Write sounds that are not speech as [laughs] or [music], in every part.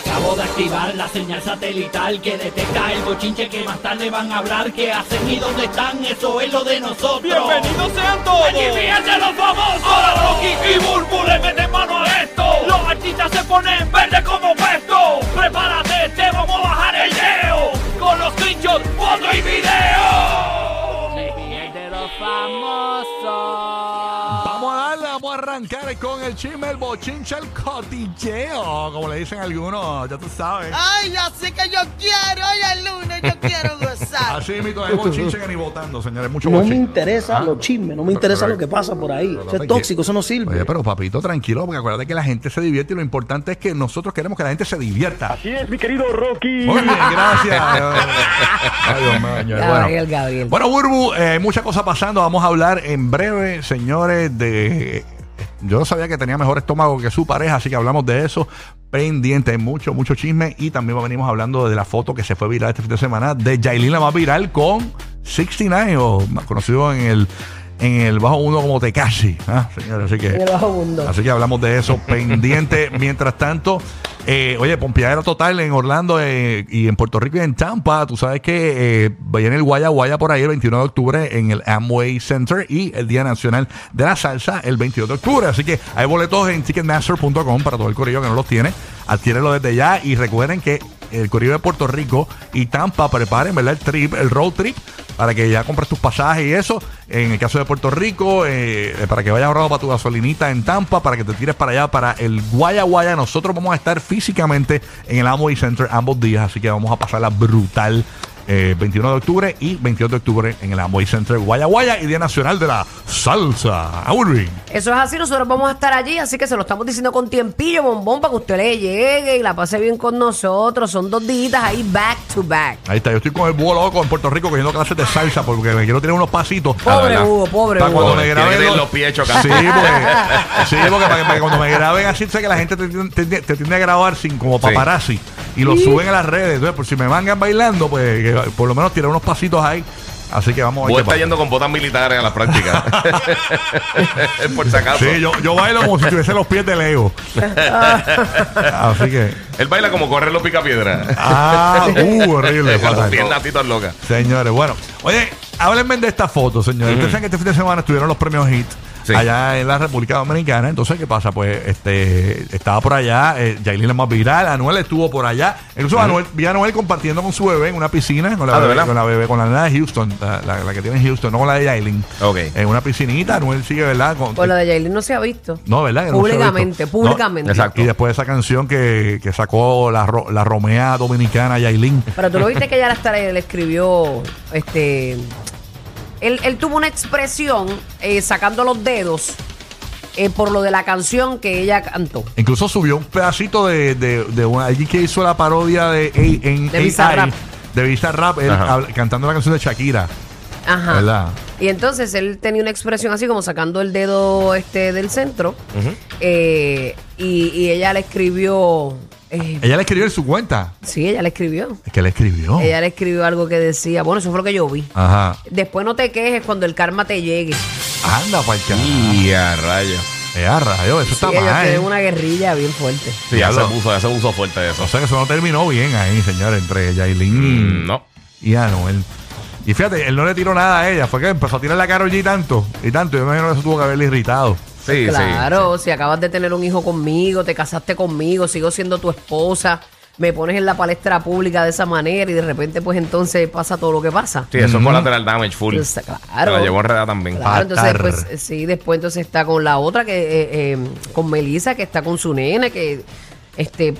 Acabo de activar la señal satelital que detecta el bochinche que más tarde van a hablar. ¿Qué hacen y dónde están? Eso es lo de nosotros. ¡Bienvenidos sean todos! ¡Allí fíjense los famosos! Ahora Rocky y Burbu le meten mano a esto. Los artistas se ponen verde como puesto. Prepárate, te vamos a bajar el leo. Con los pinchos, foto y video. Se pierde los famosos. Vamos a darle, vamos a arrancar con el chisme, el bochinche, el cotilleo, como le dicen algunos, ya tú sabes. Ay, así que yo quiero, hoy es lunes, yo [laughs] quiero gozar. Así mismo, hay bochinche que ni votando, señores, mucho No me bochinche. interesa Ah. los chismes, no me Pero- interesa pero- lo que pasa por ahí. pero no Eso te es tóxico, eso no quiero. Oye, sirve. pero papito, tranquilo, porque acuérdate que la gente se divierte y lo importante es que nosotros queremos que la gente se divierta. Así es, mi querido Rocky. Muy [laughs] bien, gracias. Ay, Dios mío, señor. Gabriel, Bueno. Gabriel. Bueno, Burbu, eh, muchas cosas pasando. Vamos a hablar en breve, señores, de... Yo no sabía que tenía mejor estómago que su pareja, así que hablamos de eso. Pendiente, hay mucho, mucho chisme. Y también venimos hablando de la foto que se fue viral este fin de semana de Yailin, la más viral, con 69, o más conocido en el, en el Bajo Mundo como Tekashi. ¿ah, señores? Así que... En el bajo mundo. Así que hablamos de eso pendiente. Mientras tanto, eh, oye, pompeadera total en Orlando eh, y en Puerto Rico y en Tampa. Tú sabes que eh, vayan el Guaya Guaya por ahí el 21 de octubre en el Amway Center y el Día Nacional de la Salsa el 22 de octubre. Así que hay boletos en ticketmaster.com para todo el corillo que no los tiene. Adquiérelo desde ya y recuerden que el Corillo de Puerto Rico y Tampa preparen, ¿verdad? El trip, el road trip, para que ya compres tus pasajes y eso. En el caso de Puerto Rico, eh, para que vayas ahorrado para tu gasolinita en Tampa, para que te tires para allá, para el Guaya Guaya. Nosotros vamos a estar físicamente en el Amway Center ambos días, así que vamos a pasarla brutal. eh, 21 de octubre y 22 de octubre en el Amway Center Guaya Guaya y Día Nacional de la Salsa. Aburri. Eso es así, nosotros vamos a estar allí, así que se lo estamos diciendo con tiempillo, bombón, para que usted le llegue y la pase bien con nosotros. Son dos días ahí back to back. Ahí está, yo estoy con el búho loco en Puerto Rico cogiendo clases de salsa porque me quiero tirar unos pasitos. Pobre Ah, Hugo, pobre Para Hugo. cuando me Pobre, graben tiene los, los pies chocando. Sí, [laughs] porque, sí, porque para, que- para que cuando me graben así, sé que la gente te, te- te- te tiende a grabar sin como paparazzi y lo suben a las redes. Entonces, por si me mangan bailando, pues que por lo menos tirar unos pasitos ahí. Así que vamos a Vos ver qué estás pasa. yendo con botas militares a la práctica. [laughs] Por si acaso. Sí, yo, yo bailo como si tuviese los pies de [laughs] Leo. así que. Él baila como correr los [laughs] picapiedras. Ah, uh, horrible. Con las fatal. piernas titas locas. Señores, bueno. Oye, háblenme de esta foto, señores. Ustedes saben que este fin de semana estuvieron los premios HIT Mm. Sí. allá en la República Dominicana. Entonces, ¿qué pasa? Pues este estaba por allá, eh, Yailin la más viral, Anuel estuvo por allá. Incluso Anuel, vi a Anuel compartiendo con su bebé en una piscina, con la, Ah, ¿de bebé, verdad? con la bebé, con la nena de Houston, la, la- la que tiene en Houston, no con la de Yailin. Ok. En una piscinita, Anuel sigue, ¿verdad? Con- Pues lo de Yailin no se ha visto. no, ¿verdad? Que no se ha visto. Públicamente, No, públicamente. exacto. Y después esa canción que, que sacó la, ro- la Romea dominicana Yailin. Pero tú lo viste que ella hasta le, le escribió, este... Él, él tuvo una expresión eh, sacando los dedos eh, por lo de la canción que ella cantó. Incluso subió un pedacito de, de, de una, alguien que hizo la parodia de A- en De AI, Bizarrap. de Bizarrap, él Ajá. habla- cantando la canción de Shakira. Ajá. ¿Verdad? Y entonces él tenía una expresión así como sacando el dedo este del centro. Eh, y, y ella le escribió. eh, Ella Oh. le escribió en su cuenta. sí, ella le escribió. Es que le escribió. Ella le escribió algo que decía. Bueno, eso fue lo que yo vi. Ajá. Después no te quejes cuando el karma te llegue. Anda, pa'l carajo. Y a rayo. Eh, a rayos, eso Sí, está ellos mal. tienen una guerrilla bien fuerte. Sí, ya se Diablo. puso, ya se puso fuerte de eso. O sea que eso no terminó bien ahí, señor, entre Yailin Mm, no. y Anuel. Y fíjate, él no le tiró nada a ella, fue que empezó a tirar la Karol G tanto y tanto. Yo me imagino que eso tuvo que haberle irritado. Sí, sí. claro, si acabas de tener un hijo conmigo, te casaste conmigo, sigo siendo tu esposa. me pones en la palestra pública de esa manera y de repente pues entonces pasa todo lo que pasa. Sí, Mm-hmm. eso es collateral damage full. Entonces, Se Pues, claro. la llevó enredada también. Claro, entonces Patar. después, sí, después entonces está con la otra que eh, eh, con Melissa que está con su nena que este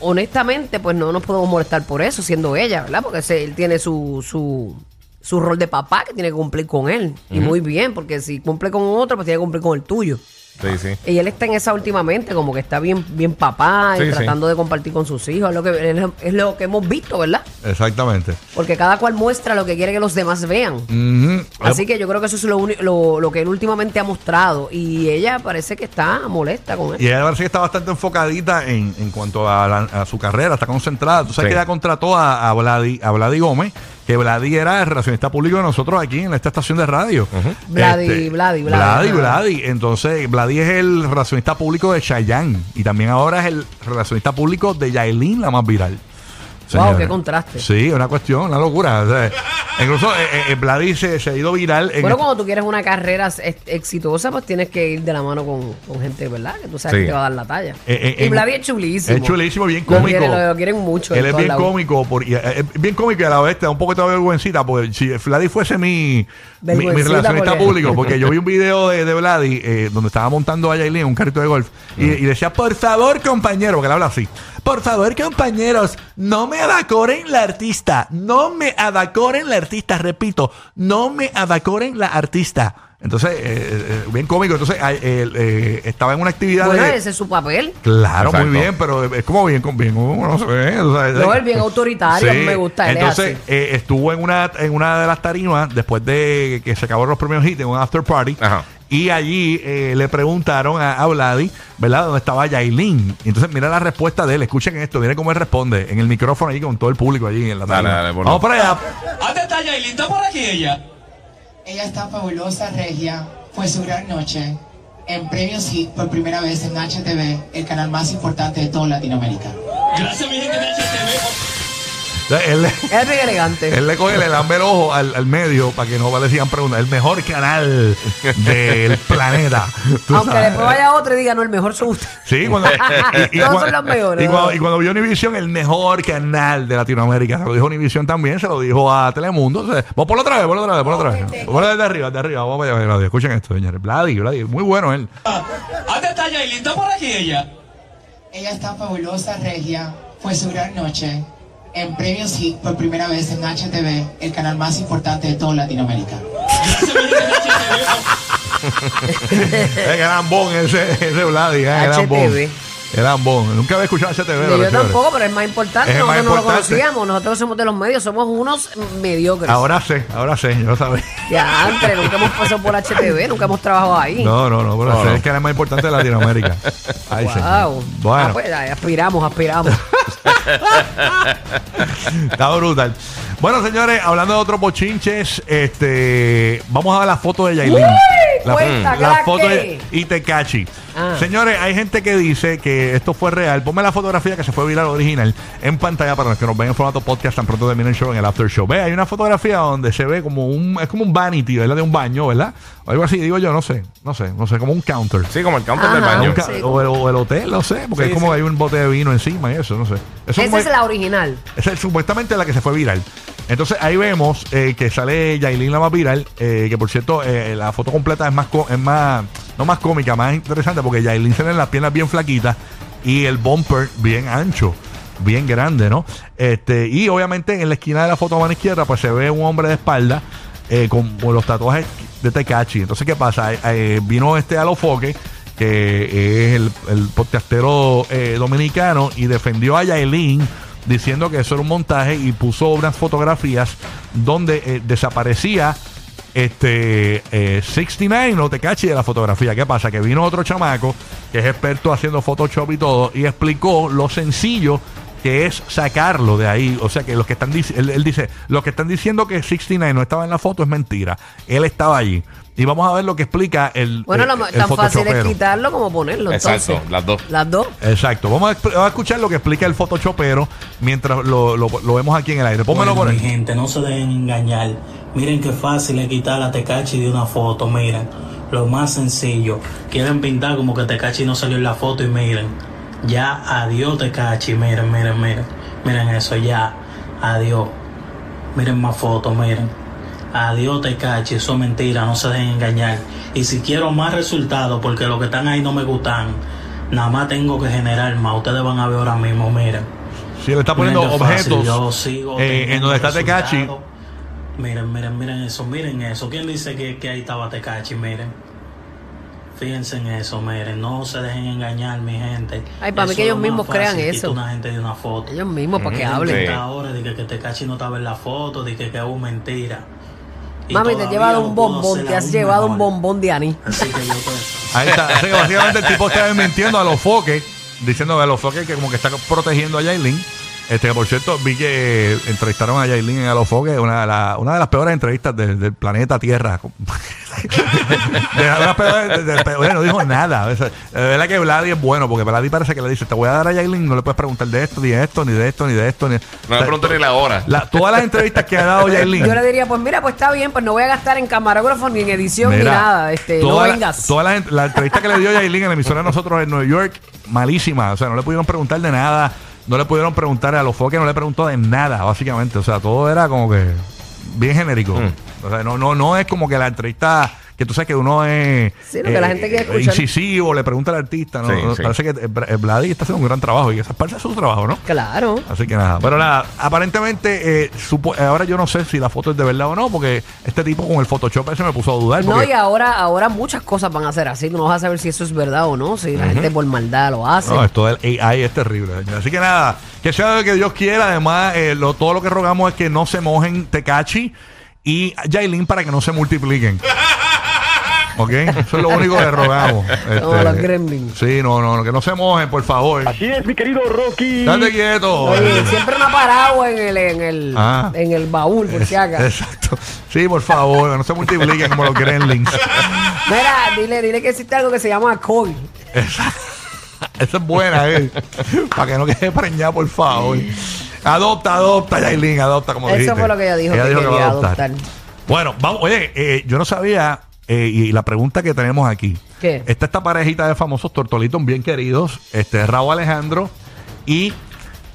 honestamente pues no nos podemos molestar por eso siendo ella, ¿verdad? Porque ese- él tiene su, su su rol de papá que tiene que cumplir con él y muy bien porque si cumple con otro pues tiene que cumplir con el tuyo. Sí, sí. Y él está en esa últimamente, como que está bien, bien papá Sí, y sí. tratando de compartir con sus hijos. Es lo, que, es lo- es lo que hemos visto, ¿verdad? Exactamente. Porque cada cual muestra lo que quiere que los demás vean. Ujú. Así que yo creo que eso es lo, uni- lo, lo que él últimamente ha mostrado. Y ella parece que está molesta con él. Y ella parece que está bastante enfocadita en, en cuanto a, la- a su carrera, está concentrada. Tú sabes Sí. que ella contrató a, a, Vladi, a Vladi Gómez, que Vladi era el relacionista público de nosotros aquí en esta estación de radio. Este, Vladi, Vladi, Vladi. Vladi, Ajá. Vladi. Entonces, Vladi es el relacionista público de Chayanne y también ahora es el relacionista público de Yailin, la más viral. Wow, Señores. qué contraste. Sí, una cuestión, una locura. O sea, incluso eh, eh, Vladi se, se ha ido viral. En Bueno, este- cuando tú quieres una carrera es- exitosa, pues tienes que ir de la mano con, con gente, ¿verdad? Que tú sabes Sí. que te va a dar la talla. Eh, eh, y en- Vladi es chulísimo. Es chulísimo, bien Lo cómico. quieren- lo quieren mucho en Él es todos bien lados. cómico. por- y, eh, eh, bien cómico y a la vez te da un poquito de vergüencita. Porque si Vladi fuese mi, mi, mi Vergüencita, relacionista porque- público, porque yo vi un video de, de Vladi eh, donde estaba montando a Yailin en un carrito de golf y, y decía, por favor, compañero, que le habla así. Por favor, compañeros, no me adacoren la artista. No me adacoren la artista. Repito, no me adacoren la artista. Entonces, eh, eh, bien cómico. Entonces, ah, eh, eh, estaba en una actividad Bueno, de... ese es su papel. Claro, Exacto. muy bien, pero es como bien, con- bien como, no sé. o sea, No, él bien autoritario, a mí me gusta, él es Entonces, así. eh, estuvo en una, en una de las tarimas después de que se acabaron los premios Hit en un after party. Ajá. Y allí eh, le preguntaron a, a Vladi, ¿verdad?, dónde estaba Yailin. Y Entonces, mira la respuesta de él. Escuchen esto, miren cómo él responde en el micrófono ahí con todo el público allí en la Dale, tarima. dale, por Vamos para allá. ¿Dónde está Yailin? ¿Está por aquí ella? Ella está fabulosa, regia. Fue su gran noche en Premios Hit por primera vez en HTV, el canal más importante de toda Latinoamérica. Gracias, mi gente de HTV. Él, Él es bien elegante. él le coge, le lambe el ojo al, al medio para que no le sigan preguntas. El mejor canal del planeta. Tú Aunque sabes. después vaya otro y diga, no, el mejor [laughs] soy usted. Sí, cuando, y, y- Todos cua- son los mejores. y cuando, y cuando vio Univision, el mejor canal de Latinoamérica, se lo dijo Univision también, se lo dijo a Telemundo. O sea, vamos por otra vez, por otra vez, por otra vez. Ponlo desde arriba, desde arriba. Vamos a ver, radio. escuchen esto, señores. Vladi, Vladi, muy bueno él. ¿Dónde está Yailin? ¿Está por aquí ella? Ella está fabulosa, regia. Fue su gran noche en Premios Hit por primera vez en HTV, el canal más importante de toda Latinoamérica. Gracias, mi gente de HTV. el Gambón, ese, ese Vladi, eh, el Gambón. HTV. El Gambón. Nunca había escuchado HTV. Ni pero yo chévere. tampoco, pero es más importante. Es el Nosotros más no lo importante. conocíamos. Nosotros somos de los medios, somos unos mediocres. Ahora sé, ahora sé, yo lo sabía. Ya, antes, nunca hemos pasado por HTV, nunca hemos trabajado ahí. No, no, no, pero No, sé, no. es que era el más importante de [laughs] Latinoamérica. Ay, wow. señor. Bueno. Ah, pues, ay, [laughs] aspiramos, aspiramos. Está brutal. Bueno, señores, hablando de otros bochinches, este, vamos a ver la foto de Yailin. La, cuenta, la crack. foto de Itecachi. Ah. Señores, hay gente que dice que esto fue real. Ponme la fotografía que se fue viral original en pantalla para los que nos ven en formato podcast tan pronto termine el show en el after show. Ve, hay una fotografía donde se ve como un, es como un vanity, ¿verdad? De un baño, ¿verdad? O algo así, digo yo, no sé, no sé, no sé, como un counter. Sí, como el counter Ajá. del O, baño. un ca- sí, o el, o el hotel, no sé, porque Sí, es como sí. hay un bote de vino encima y eso, no sé. Eso es Esa muy- es la original. esa es supuestamente la que se fue viral. Entonces ahí vemos eh, que sale Yailin la más viral, eh, que por cierto eh, la foto completa es más, co- es más, no más cómica, más interesante porque Yailin se le ven las piernas bien flaquitas y el bumper bien ancho, bien grande, ¿no? Este, y obviamente en la esquina de la foto a mano izquierda pues se ve un hombre de espalda eh, con, con los tatuajes de Tecachi. Entonces, ¿qué pasa? Eh, eh, vino este Alofoque, que eh, es el, el podcastero eh, dominicano, y defendió a Yailin diciendo que eso era un montaje y puso unas fotografías donde eh, desaparecía este eh, 69 no te cachi de la fotografía qué pasa que vino otro chamaco que es experto haciendo Photoshop y todo y explicó lo sencillo que es sacarlo de ahí o sea que los que están dic- él, él dice los que están diciendo que 69 no estaba en la foto es mentira él estaba allí y vamos a ver lo que explica el Bueno, el- lo ma- el tan fácil es photoshopero. quitarlo como ponerlo. Exacto, entonces. las dos. Las dos. exacto vamos a, expl- vamos a escuchar lo que explica el photoshopero mientras lo, lo- lo vemos aquí en el aire pónmelo por Bueno, mi ahí gente, no se dejen engañar. Miren qué fácil es quitar la Tecachi de una foto, miren. Lo más sencillo. Quieren pintar como que Tecachi no salió en la foto y miren. Ya, adiós, Tecachi. Miren, miren, miren. Miren eso, ya. Adiós. Miren más fotos, miren. Adiós, Tecachi. Eso es mentira, no se dejen engañar. Y si quiero más resultados, porque los que están ahí no me gustan, nada más tengo que generar más. Ustedes van a ver ahora mismo, miren. Si le está poniendo Miren qué fácil, objetos yo sigo eh, teniendo en donde está Tecachi, resultados. Miren, miren, miren eso, miren eso. ¿Quién dice que, que ahí estaba Tecachi? Miren. Fíjense en eso, miren. No se dejen engañar, mi gente. Ay, para mí Eso que es lo ellos más mismos crean fácil, eso. quita una gente de una foto. Ellos mismos, para que Mm, Gente hablen. inventa Ahora de que, que Tecachi no estaba en la foto, de que que es una mentira. Y Mami, te todavía has llevado no un pudo bombón, hacer te has aún llevado mejor. un bombón de Ani. ahí está. Así que básicamente el tipo está mintiendo a los foques, diciendo a los foques que como que está protegiendo a Yailin. Este, que por cierto, vi que entrevistaron a Yailin en a los foques, una, de la- una de las peores entrevistas del, del planeta Tierra. [laughs] De la- de las peores- de- de- oye, no dijo nada. O sea, De verdad que Vladi es bueno, porque Vladi parece que le dice, te voy a dar a Yailin, no le puedes preguntar de esto, ni de esto, ni de esto, ni de esto. Ni... No me pregunto ni la hora. La- todas las entrevistas que ha dado Yailin. Yo le diría, pues mira, pues está bien, pues no voy a gastar en camarógrafo ni en edición ni Mira, nada. Este, toda no la- vengas. toda la, gente- la entrevista que le dio Yailin en la emisora de nosotros en Nueva York, malísima. O sea, no le pudieron preguntar de nada. No le pudieron preguntar a los foques, no le preguntó de nada, básicamente. O sea, todo era como que bien genérico. Mm. O sea, no, no, no es como que la entrevista que tú sabes que uno es eh, Sí, lo que la gente quiere escuchar. incisivo, le pregunta al artista. ¿no? Sí, No, sí. Parece que eh, Bra- eh, Vladi está haciendo un gran trabajo y esa es parte de su trabajo, ¿no? Claro. Así que nada, pero nada, aparentemente, eh, supo- ahora yo no sé si la foto es de verdad o no, porque este tipo con el Photoshop ese me puso a dudar. No, porque- y ahora, ahora muchas cosas van a ser así. Tú no vas a saber si eso es verdad o no, si la gente por maldad lo hace. No, este, esto del AI es terrible. señor. Así que nada, que sea lo que Dios quiera. Además, eh, lo- todo lo que rogamos es que no se mojen Tecachi y Yailin para que no se multipliquen. [laughs] ¿Ok? Eso es lo único que rogamos. este. Como los gremlins. Sí, no, no, no, que no se mojen, por favor. Así es, mi querido Rocky. Date quieto. Oye, siempre una paraguas en el, en el, Ah. en el baúl, por si acaso. Exacto. Sí, por favor, que no se multipliquen como los gremlins. Mira, dile, dile que existe algo que se llama COVID. Esa es buena, [laughs] eh. Para que no quede preñada, por favor. Adopta, adopta, Yailin, adopta, como Eso dijiste. fue lo que ella dijo, que va quería a adoptar. adoptar. Bueno, vamos, oye, eh, yo no sabía, eh, y la pregunta que tenemos aquí. ¿Qué? Está esta parejita de famosos tortolitos bien queridos, este Raúl Alejandro y...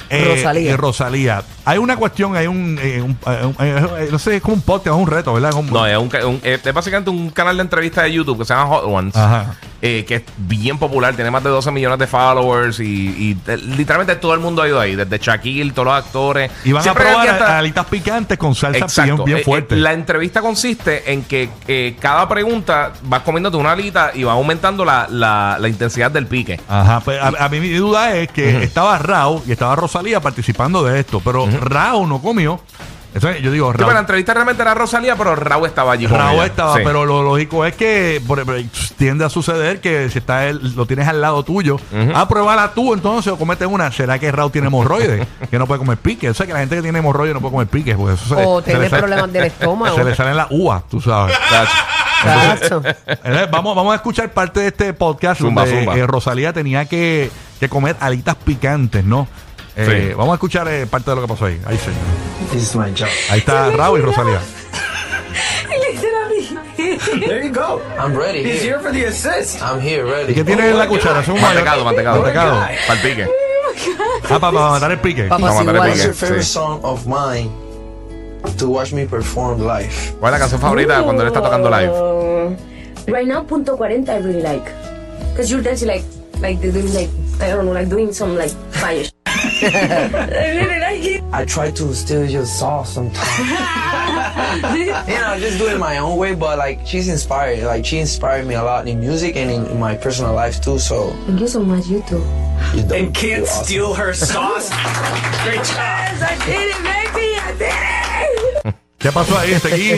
Rosalía. y Rosalía. Hay una cuestión, hay un, eh, un- eh, un- eh, no sé, es como un podcast, es un reto, ¿verdad? Es un- No, es, un ca- un- es básicamente un canal de entrevistas de YouTube que se llama Hot Ones. Ajá. eh, que es bien popular, tiene más de 12 millones de followers y, y, eh, literalmente todo el mundo ha ido ahí, desde Shaquille, todos los actores. y van Siempre a probar alguien está- alitas picantes con salsa Exacto. bien, bien Eh, eh, fuerte. la entrevista consiste en que eh, cada pregunta vas comiéndote una alita y va aumentando la, la- la intensidad del pique. Ajá, pues a, a mí mi duda es que estaba Rao y estaba Rosalía participando de esto, pero Rao no comió. Entonces yo digo, Sí, pero la Rao, entrevista realmente era Rosalía, pero Raúl estaba allí. con Rao ella. estaba, Sí. pero lo lógico es que por- por- tiende a suceder que si está él, lo tienes al lado tuyo, ah, pruébala tú entonces o comete una. ¿Será que Rao tiene [laughs] hemorroides? que no puede comer pique. O sea que la gente que tiene hemorroides no puede comer pique. Porque eso se le- O Pues, [laughs] se le tener sale- problemas del estómago. Se le salen las uvas, tú sabes. Cacho. Entonces, vamos, vamos a escuchar parte de este podcast Zumba, donde zumba. eh, Rosalía tenía que, que comer alitas picantes, ¿no? Eh, Sí. Vamos a escuchar eh, parte de lo que pasó ahí. Ahí, sí. This is my job. ahí está Raúl y Rosalía. There you go. I'm ready. He's here for the assist. I'm here ¿Y qué ready. tiene en la cuchara? ¿Es un mayor- Mantecado, mantecado. Mantecado. Para el pique. Ah, para, para matar el pique. Papá, Vamos a sí, matar igual. el pique. Sí. song of mine to watch me perform live? Uh, ¿Cuál es la canción favorita cuando él está tocando live? Right now, punto 40, I really like. Because you're dancing like, like they're doing like, I don't know, like doing some like fire. [laughs] sh- I really like it. I try to steal your sauce [laughs] sometimes. you know, just do it my own way, but like she's inspired. Like she inspired me a lot in music and in, in my personal life too, so Thank you so much, you too. you don't And can't steal her sauce. Great job. Yes, I did it, baby, I did it! ¿Qué pasó ahí? Este aquí.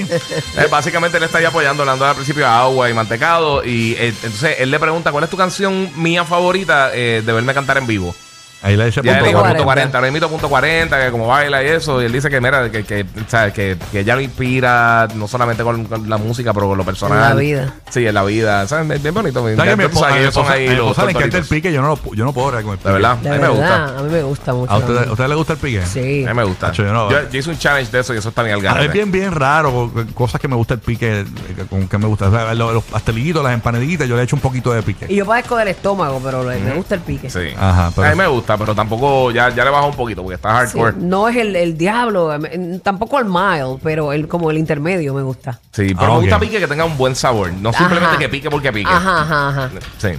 Eh, básicamente él está ahí apoyando, le dando al principio agua y mantecado. Y eh, entonces él le pregunta: ¿Cuál es tu canción mía favorita eh, de verme cantar en vivo? Ahí le Este dice Ya punto le dijo punto cuarenta. 40, lo imito punto 40, que como baila y eso. Y él dice que, mira, que, que, o sea, que, que ella lo inspira no solamente con, con la música, pero con lo personal. En la vida. Sí, en la vida. O sea, es bien bonito. ¿Sabes que Ya mi tú esposa- sabes mi que ellos son esposa- ahí mi los esposa le encanta tortoritos. el pique, yo no, lo pu- yo no puedo bregar con el pique. De verdad, a De mí me gusta. verdad, a mí me gusta mucho. ¿A usted, también. a usted le gusta el pique? Sí. A mí me gusta. Nacho, yo no- eh. yo, yo hice un challenge de eso y eso está bien al Ah, garete. es bien, bien raro. co- Cosas que me gusta el pique, eh, con que me gusta. O sea, los, los pastelitos, las empanaditas, yo le echo un poquito de pique. Y yo padezco del estómago, pero le- me Ujú. gusta el pique. Sí. Ajá, pero- A mí me gusta, pero tampoco ya, ya le bajo un poquito porque está Sí, hardcore. no es el, el diablo, em, tampoco el mild, pero el, como el intermedio me gusta. Sí, pero Ah, me ok. gusta pique que tenga un buen sabor. No Ajá. simplemente que pique porque pique. Ajá, ajá, ajá. Sí.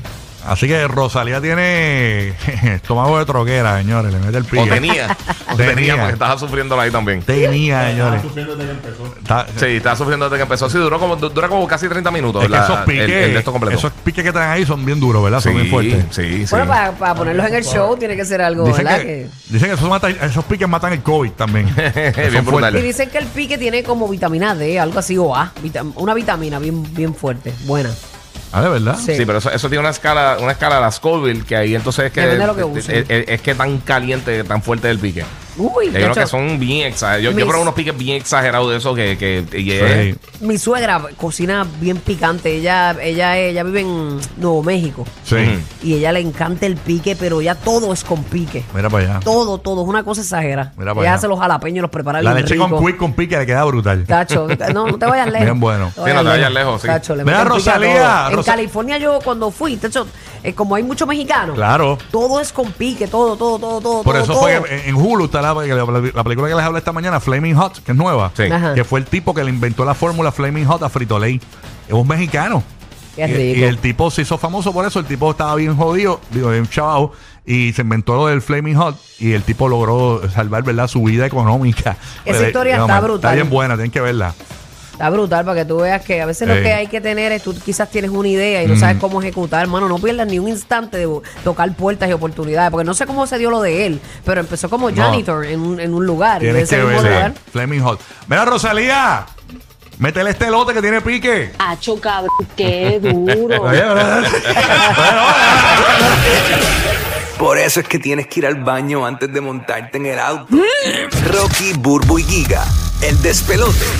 Así que Rosalía tiene [laughs] estómago de troquera, señores. Le mete el pique. O tenía. o tenía Tenía. porque estaba sufriéndola ahí también. Tenía, señores. Está- Sí, estaba sufriendo desde que empezó. Sí, duró como, dura como casi 30 minutos. Es que la- esos piques, el, el de esto completo. esos piques que traen ahí son bien duros, ¿verdad? Son Sí, bien fuertes. Sí, sí. Bueno, para, para ponerlos en el show tiene que ser algo, Dicen ¿verdad? que, dicen que esos, matan- esos piques matan el COVID [laughs] también. Son Bien brutal. Que- Y fuertes. dicen que el pique tiene como vitamina D, algo así, o A, vitam- una vitamina bien, bien fuerte, buena. Ah, de verdad. Sí. Sí, pero eso, eso tiene una escala, una escala de la Scoville que ahí entonces es que, Depende de lo que es, usen. es- es que tan caliente, tan fuerte el pique. Uy, Hay unos chacho, que son bien exagerados. Yo, yo Mis- probé unos piques bien exagerados de esos que, que y es- Sí. mi suegra cocina bien picante, ella, ella, ella vive en Nuevo México Sí. Ujú. y ella le encanta el pique, pero ya todo es con pique. Mira para allá. Todo, todo, es una cosa exagera. Mira para ella allá. hace los jalapeños, los prepara La bien leche rico. con quick con pique le queda brutal. Tacho, no, no [laughs] te vayas lejos. Bien bueno. Sí, no te vayas lejos, sí. Tacho, le Mira, meten pique a Rosalía, todo. En Rosa- California yo cuando fui, tacho, eh, como hay muchos mexicanos, Claro. todo es con pique, todo, todo, todo, todo. Por todo, eso todo. fue que eh, en- en Hulu está la, la- la película que les hablé esta mañana, Flaming Hot, que es nueva. Sí. Ajá. Que fue el tipo que le inventó la fórmula Flaming Hot a Frito Lay. Es un mexicano. Qué y, rico. y el tipo se hizo famoso por eso. El tipo estaba bien jodido, digo, bien chavado. Y se inventó lo del Flaming Hot. Y el tipo logró salvar, ¿verdad? Su vida económica. [laughs] Esa Pero, historia no, está man, brutal. Está bien buena, tienen que verla. Está brutal para que tú veas que a veces lo Sí. Mm. que hay que tener es tú quizás tienes una idea y no sabes cómo ejecutar, hermano. No pierdas ni un instante de bu- tocar puertas y oportunidades, porque no sé cómo se dio lo de él, pero empezó como No. janitor en, un, en un lugar. Y de Tienes ese que mismo verla. lugar, Flaming Hot. Mira, Rosalía. Métele este lote que tiene [laughs] pique. Acho, cabrón, qué duro. [laughs] Oye, ¿verdad? Por eso es que tienes que ir al baño antes de montarte en el auto. Rocky, Burbu y Giga, el despelote.